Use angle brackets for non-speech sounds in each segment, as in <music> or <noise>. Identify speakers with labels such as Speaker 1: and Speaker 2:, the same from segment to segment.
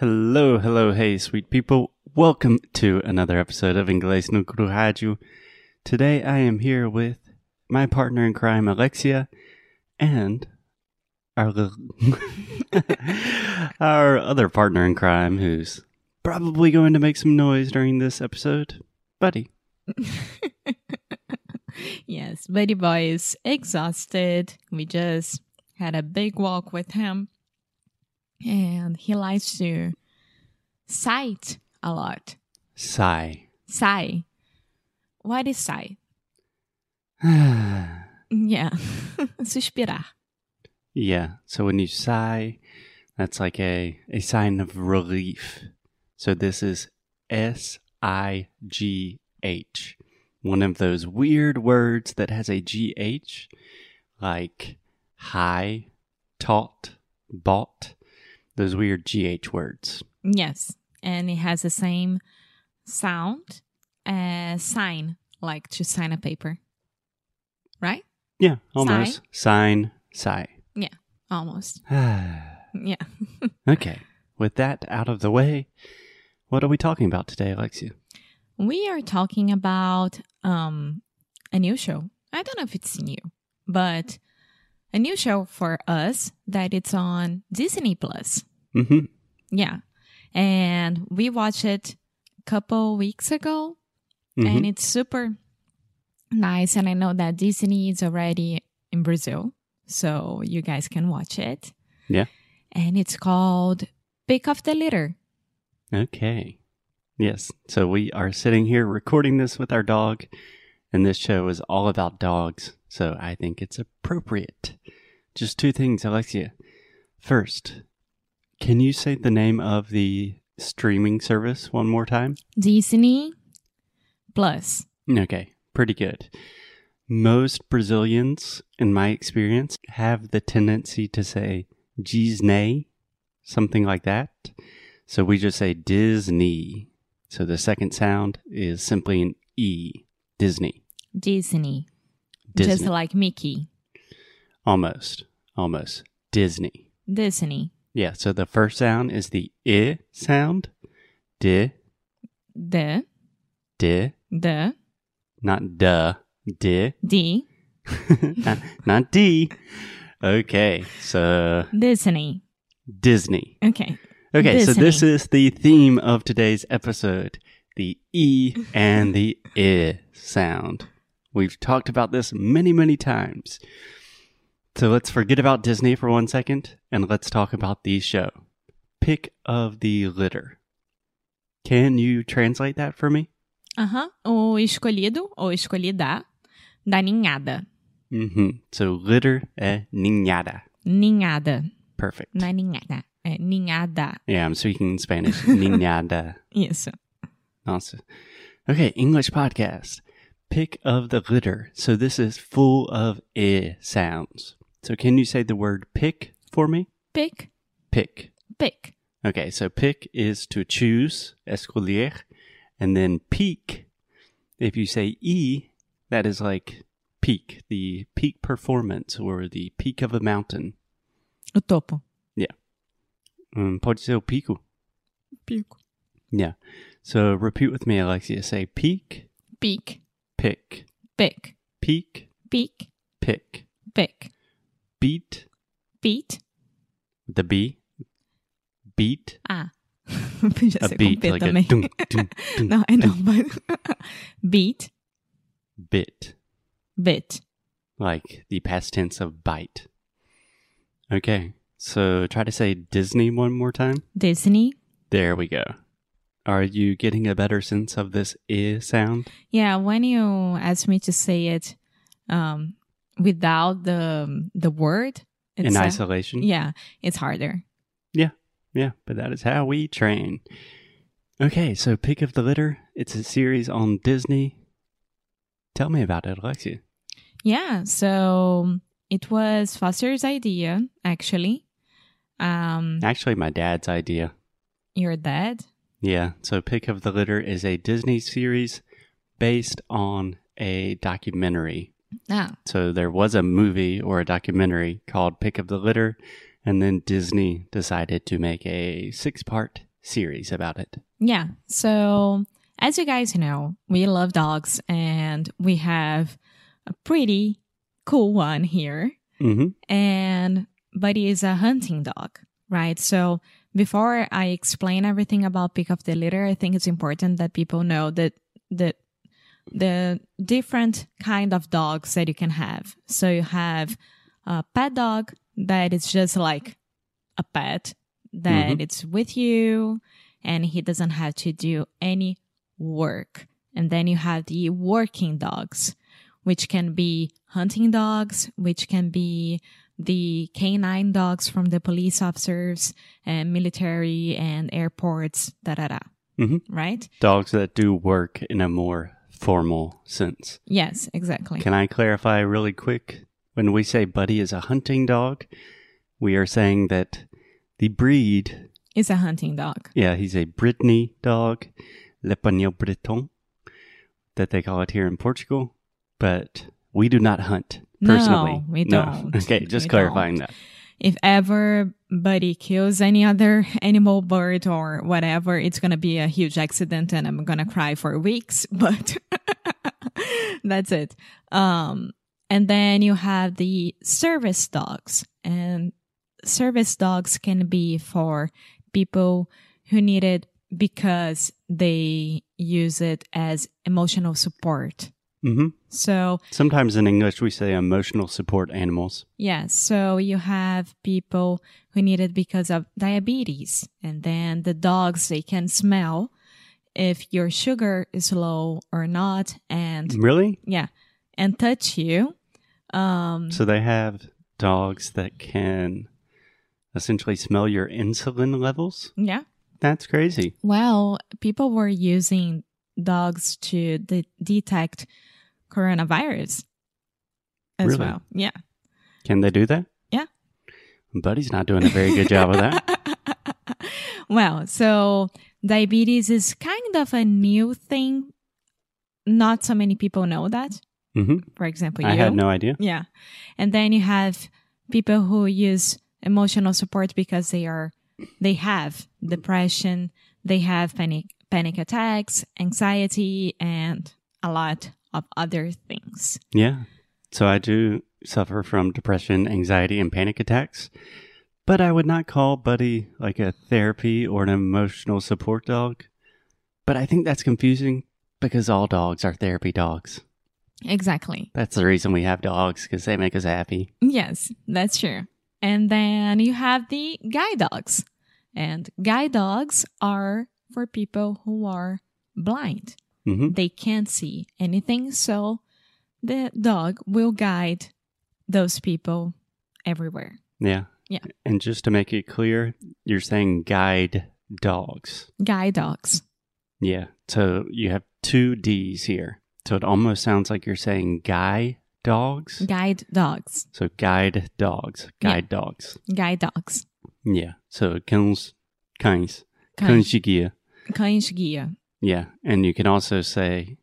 Speaker 1: Hello, hello, hey, sweet people. Welcome to another episode of Inglés no Crujaju. Today I am here with my partner in crime, Alexia, and our little <laughs> our other partner in crime who's probably going to make some noise during this episode, Buddy.
Speaker 2: Yes, Buddy Boy is exhausted. We just had a big walk with him. And he likes to sight a lot.
Speaker 1: Sigh. <sighs>
Speaker 2: Sigh. What is sigh?
Speaker 1: yeah,
Speaker 2: Yeah. <laughs> Suspirar.
Speaker 1: so when you sigh, that's like a, a sign of relief. So this is S I G H. One of those weird words that has a G H, like high, taught, bought, those weird G H words.
Speaker 2: Yes. And it has the same sound as sign, like to sign a paper. Right?
Speaker 1: Yeah, almost. Sign, sigh. <sighs>
Speaker 2: Almost. Yeah.
Speaker 1: okay, with that out of the way, what are we talking about today, Alexia?
Speaker 2: We are talking about um, a new show. I don't know if it's new, but a new show for us that it's on Disney Plus.
Speaker 1: Mm-hmm.
Speaker 2: Yeah. And we watched it a couple weeks ago
Speaker 1: mm-hmm.
Speaker 2: and it's super nice and I know that Disney is already in Brazil, so you guys can watch it.
Speaker 1: Yeah.
Speaker 2: And it's called Pick Off the Litter.
Speaker 1: Okay. Yes. So we are sitting here recording this with our dog, and this show is all about dogs. So I think it's appropriate. Just two things, Alexia. First, can you say the name of the streaming service one more time?
Speaker 2: Disney Plus.
Speaker 1: Okay. Pretty good. Most Brazilians, in my experience, have the tendency to say Disney, something like that. So we just say Disney. So the second sound is simply an E. Disney.
Speaker 2: Disney.
Speaker 1: Disney.
Speaker 2: Just like Mickey.
Speaker 1: almost. Almost. Disney.
Speaker 2: Disney.
Speaker 1: Yeah. So the first sound is the I sound. D,
Speaker 2: The,
Speaker 1: D,
Speaker 2: the,
Speaker 1: not duh. D, <laughs>
Speaker 2: D,
Speaker 1: not, not D. Okay. So
Speaker 2: Disney.
Speaker 1: Disney.
Speaker 2: Okay.
Speaker 1: Okay, so
Speaker 2: Disney.
Speaker 1: this is the theme of today's episode the E and the I sound. We've talked about this many, many times. So let's forget about Disney for one second and let's talk about the show Pick of the Litter. Can you translate that for me?
Speaker 2: Aham. O escolhido ou escolhida da ninhada.
Speaker 1: hmm So, litter e niñada.
Speaker 2: Ninhada.
Speaker 1: Perfect.
Speaker 2: Não é ninhada. É ninhada.
Speaker 1: Yeah, I'm speaking in Spanish. niñada.
Speaker 2: Isso.
Speaker 1: Awesome. Okay, English podcast. Pick of the litter. So this is full of eh sounds. So can you say the word pick for me?
Speaker 2: Pick,
Speaker 1: Pick.
Speaker 2: pick.
Speaker 1: Okay, so pick is to choose, escolher, and then peak. If you say e, that is like peak, the peak performance or the peak of a mountain.
Speaker 2: O topo.
Speaker 1: Um, pode ser o pico.
Speaker 2: Pico.
Speaker 1: Yeah. So repeat with me, Alexia. Say peak,
Speaker 2: Pick,
Speaker 1: pick,
Speaker 2: pick.
Speaker 1: peak,
Speaker 2: Pick,
Speaker 1: pick.
Speaker 2: pick.
Speaker 1: beat
Speaker 2: Beat.
Speaker 1: the B beat
Speaker 2: Ah. <laughs> Podia
Speaker 1: a
Speaker 2: ser com
Speaker 1: beat
Speaker 2: P
Speaker 1: like a
Speaker 2: também.
Speaker 1: dun, dun, dun,
Speaker 2: <laughs> Não, é não. But... Beat,
Speaker 1: bit
Speaker 2: bit.
Speaker 1: like the past tense of bite. Okay, so try to say Disney one more time.
Speaker 2: Disney.
Speaker 1: There we go. Are you getting a better sense of this i sound?
Speaker 2: Yeah, when you ask me to say it um, without the the word,
Speaker 1: in
Speaker 2: uh,
Speaker 1: isolation?
Speaker 2: yeah, it's harder.
Speaker 1: Yeah, but that is how we train. Okay, so Pick of the Litter, it's a series on Disney. Tell me about it, Alexia.
Speaker 2: Yeah, so it was Foster's idea actually. Um,
Speaker 1: Actually, my dad's idea.
Speaker 2: your dad,
Speaker 1: Yeah, so Pick of the Litter is a Disney series based on a documentary.
Speaker 2: ah,
Speaker 1: So there was a movie or a documentary called Pick of the Litter, and then Disney decided to make a six part series about it.
Speaker 2: Yeah. So, as you guys know, we love dogs and we have a pretty cool one here.
Speaker 1: Mm-hmm.
Speaker 2: And Buddy is a hunting dog, right? So, before I explain everything about pick up the litter, I think it's important that people know that the the different kind of dogs that you can have. So you have a pet dog that is just like a pet that
Speaker 1: Mhm.
Speaker 2: it's with you and he doesn't have to do any work. And then you have the working dogs, which can be hunting dogs, which can be the canine dogs from the police officers and military and airports, da da da.
Speaker 1: Mhm.
Speaker 2: Right?
Speaker 1: Dogs that do work in a more formal sense.
Speaker 2: Yes, exactly.
Speaker 1: Can I clarify really quick? When we say Buddy is a hunting dog, we are saying that the breed,
Speaker 2: It's a hunting dog.
Speaker 1: yeah, he's a Brittany dog, Lepagno Breton, that they call it here in Portugal, but we do not hunt
Speaker 2: No,
Speaker 1: personally.
Speaker 2: we don't.
Speaker 1: <laughs> Okay, just
Speaker 2: We
Speaker 1: clarifying
Speaker 2: don't.
Speaker 1: that.
Speaker 2: If ever Buddy kills any other <laughs> animal, bird, or whatever, it's going to be a huge accident and I'm going to cry for weeks, <laughs> but that's it. Um, and then you have the service dogs, and service dogs can be for people who need it because they use it as emotional support.
Speaker 1: hmm
Speaker 2: So,
Speaker 1: Sometimes in English we say emotional support animals.
Speaker 2: Yeah, so you have people who need it because of diabetes, and then the dogs they can smell if your sugar is low or not, and
Speaker 1: Really?
Speaker 2: yeah, and touch you. Um,
Speaker 1: So they have dogs that can essentially smell your insulin levels.
Speaker 2: yeah,
Speaker 1: That's crazy.
Speaker 2: well, people were using dogs to de- detect coronavirus as
Speaker 1: Really?
Speaker 2: well. Yeah,
Speaker 1: Can they do that?
Speaker 2: Yeah.
Speaker 1: Buddy's not doing a very good job of that.
Speaker 2: <laughs> well, so diabetes is kind of a new thing. Not so many people know that.
Speaker 1: hmm
Speaker 2: <laughs> For example,
Speaker 1: I
Speaker 2: you.
Speaker 1: had no idea.
Speaker 2: yeah. And then you have people who use emotional support because they are they have depression, they have panic panic attacks, anxiety and a lot of other things.
Speaker 1: Yeah. So I do suffer from depression, anxiety, and panic attacks. But I would not call Buddy like a therapy or an emotional support dog. But I think that's confusing because all dogs are therapy dogs.
Speaker 2: Exactly.
Speaker 1: That's the reason we have dogs because they make us happy.
Speaker 2: Yes, that's true. And then you have the guide dogs. And guide dogs are for people who are blind.
Speaker 1: hmm
Speaker 2: They can't see anything, so the dog will guide those people everywhere.
Speaker 1: Yeah.
Speaker 2: Yeah.
Speaker 1: And just to make it clear, you're saying guide dogs.
Speaker 2: Guide dogs.
Speaker 1: Yeah. So you have two D's here. So it almost sounds like you're saying guy dogs.
Speaker 2: Guide dogs.
Speaker 1: So guide dogs. Guide dogs.
Speaker 2: Guide dogs.
Speaker 1: Yeah. So cães, cães,
Speaker 2: Cães
Speaker 1: cães de guia.
Speaker 2: cães guia.
Speaker 1: Yeah. And you can also say,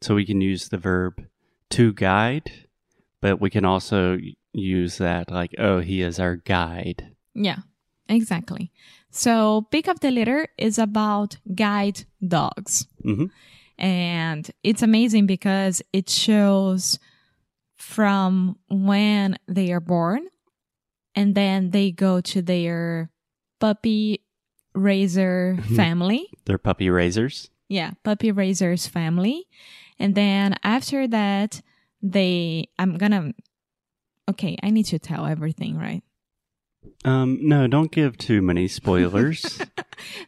Speaker 1: so we can use the verb to guide, but we can also use that like, oh, he is our guide.
Speaker 2: Yeah, exactly. So pick up the litter is about guide dogs.
Speaker 1: hmm
Speaker 2: And it's amazing because it shows from when they are born and then they go to their puppy raiser family.
Speaker 1: They're puppy raisers.
Speaker 2: Yeah, puppy raiser's family. And then after that, they, I'm gonna, okay, I need to tell everything, right?
Speaker 1: Um, no, don't give too <laughs> many spoilers.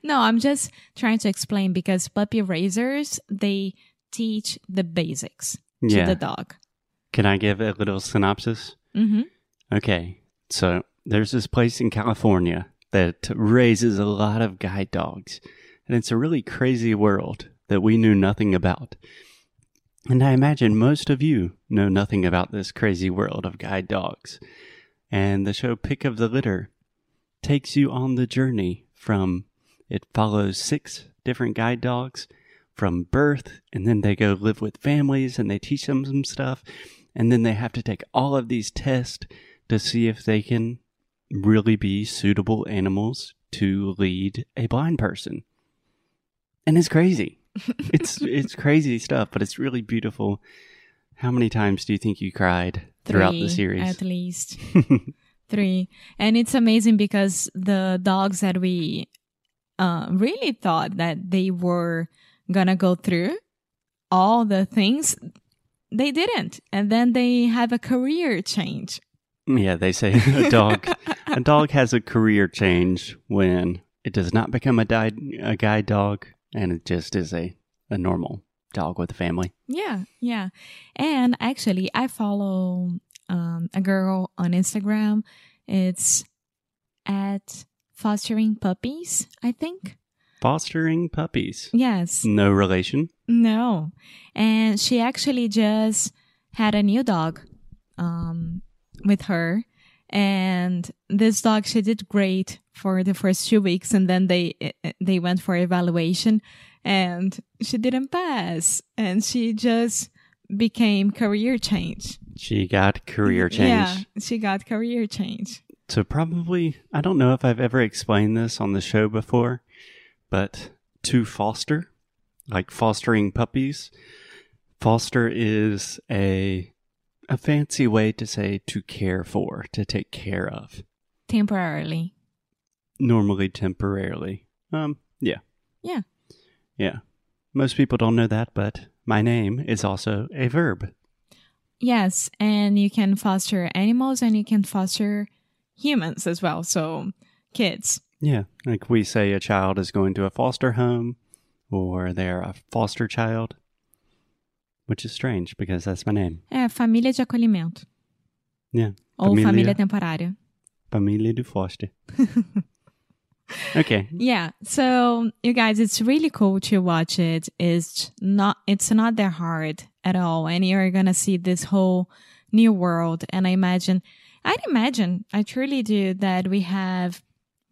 Speaker 2: No, I'm just trying to explain because puppy raisers, they teach the basics to
Speaker 1: yeah.
Speaker 2: the dog.
Speaker 1: Can I give a little synopsis?
Speaker 2: Mm-hmm.
Speaker 1: Okay. So there's this place in California that raises a lot of guide dogs. And it's a really crazy world that we knew nothing about. And I imagine most of you know nothing about this crazy world of guide dogs. And the show Pick of the Litter takes you on the journey from it follows six different guide dogs from birth, and then they go live with families and they teach them some stuff. And then they have to take all of these tests to see if they can really be suitable animals to lead a blind person. And it's crazy. it's it's crazy stuff, but it's really beautiful. How many times do you think you cried throughout the
Speaker 2: Three,
Speaker 1: series?
Speaker 2: At
Speaker 1: <laughs>
Speaker 2: least three. And it's amazing because the dogs that we uh, really thought that they were gonna go through all the things, they didn't. And then they have a career change.
Speaker 1: yeah, they say <laughs> a dog a dog has a career change when it does not become a, di- a guide dog and it just is a, a normal dog with a family.
Speaker 2: Yeah, yeah. And actually, I follow um, a girl on Instagram. It's at fostering puppies, I think.
Speaker 1: Fostering puppies.
Speaker 2: Yes.
Speaker 1: No relation.
Speaker 2: No. And she actually just had a new dog um, with her. And this dog, she did great for the first two weeks, and then they eh, they went for evaluation, and she didn't pass, and she just became career change.
Speaker 1: She got career change.
Speaker 2: Yeah, she got career change.
Speaker 1: So, probably, I don't know if I've ever explained this on the show before, but to foster, like fostering puppies, foster is a a fancy way to say to care for, to take care of,
Speaker 2: Temporarily.
Speaker 1: normally temporarily. Um, yeah.
Speaker 2: Yeah.
Speaker 1: Yeah. Most people don't know that, but my name is also a verb.
Speaker 2: Yes, and you can foster animals and you can foster humans as well. So kids.
Speaker 1: Yeah. Like we say a child is going to a foster home or they're a foster child, which is strange because that's my name.
Speaker 2: É, família de acolhimento.
Speaker 1: Yeah.
Speaker 2: Ou família,
Speaker 1: Família.
Speaker 2: temporária.
Speaker 1: Familia do
Speaker 2: <laughs>
Speaker 1: foster. okay.
Speaker 2: Yeah. So you guys, it's really cool to watch it. It's not it's not that hard at all. And you're gonna see this whole new world. And I imagine I'd imagine, I truly do, that we have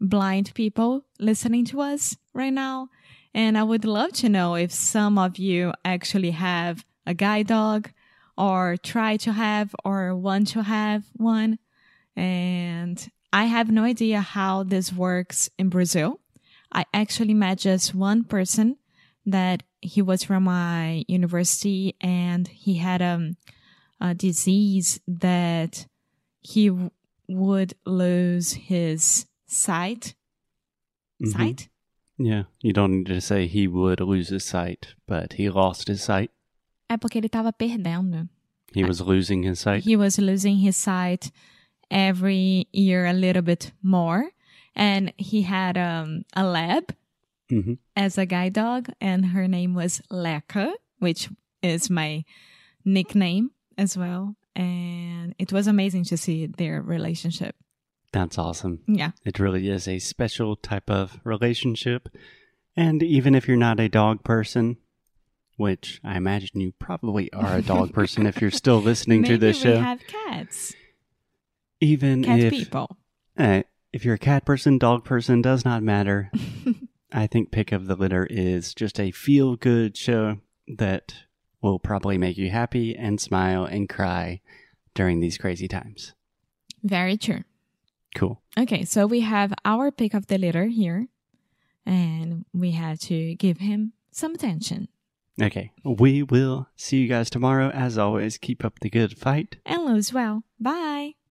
Speaker 2: blind people listening to us right now. And I would love to know if some of you actually have a guide dog or try to have or want to have one. And I have no idea how this works in Brazil. I actually met just one person that he was from my university and he had um, a disease that he w- would lose his sight.
Speaker 1: Mhm.
Speaker 2: Sight?
Speaker 1: Yeah. You don't need to say he would lose his sight, but he lost his sight.
Speaker 2: É porque ele estava perdendo.
Speaker 1: He was losing his sight.
Speaker 2: he was losing his sight every year a little bit more. And he had um, a lab
Speaker 1: hmm
Speaker 2: as a guide dog, and her name was Leka, which is my nickname as well. And it was amazing to see their relationship.
Speaker 1: That's awesome.
Speaker 2: Yeah.
Speaker 1: It really is a special type of relationship. And even if you're not a dog person, which I imagine you probably are a dog person if you're still listening
Speaker 2: Maybe
Speaker 1: to this
Speaker 2: we
Speaker 1: show,
Speaker 2: have cats,
Speaker 1: even
Speaker 2: cat
Speaker 1: if
Speaker 2: people.
Speaker 1: eh, if you're a cat person, dog person does not
Speaker 2: <laughs>
Speaker 1: matter. I think Pick of the Litter is just a feel good show that will probably make you happy and smile and cry during these crazy times.
Speaker 2: Very true.
Speaker 1: Cool.
Speaker 2: Okay, so we have our pick of the litter here, and we had to give him some attention
Speaker 1: Okay. We will see you guys tomorrow. As always, keep up the good fight.
Speaker 2: and lose well. Bye.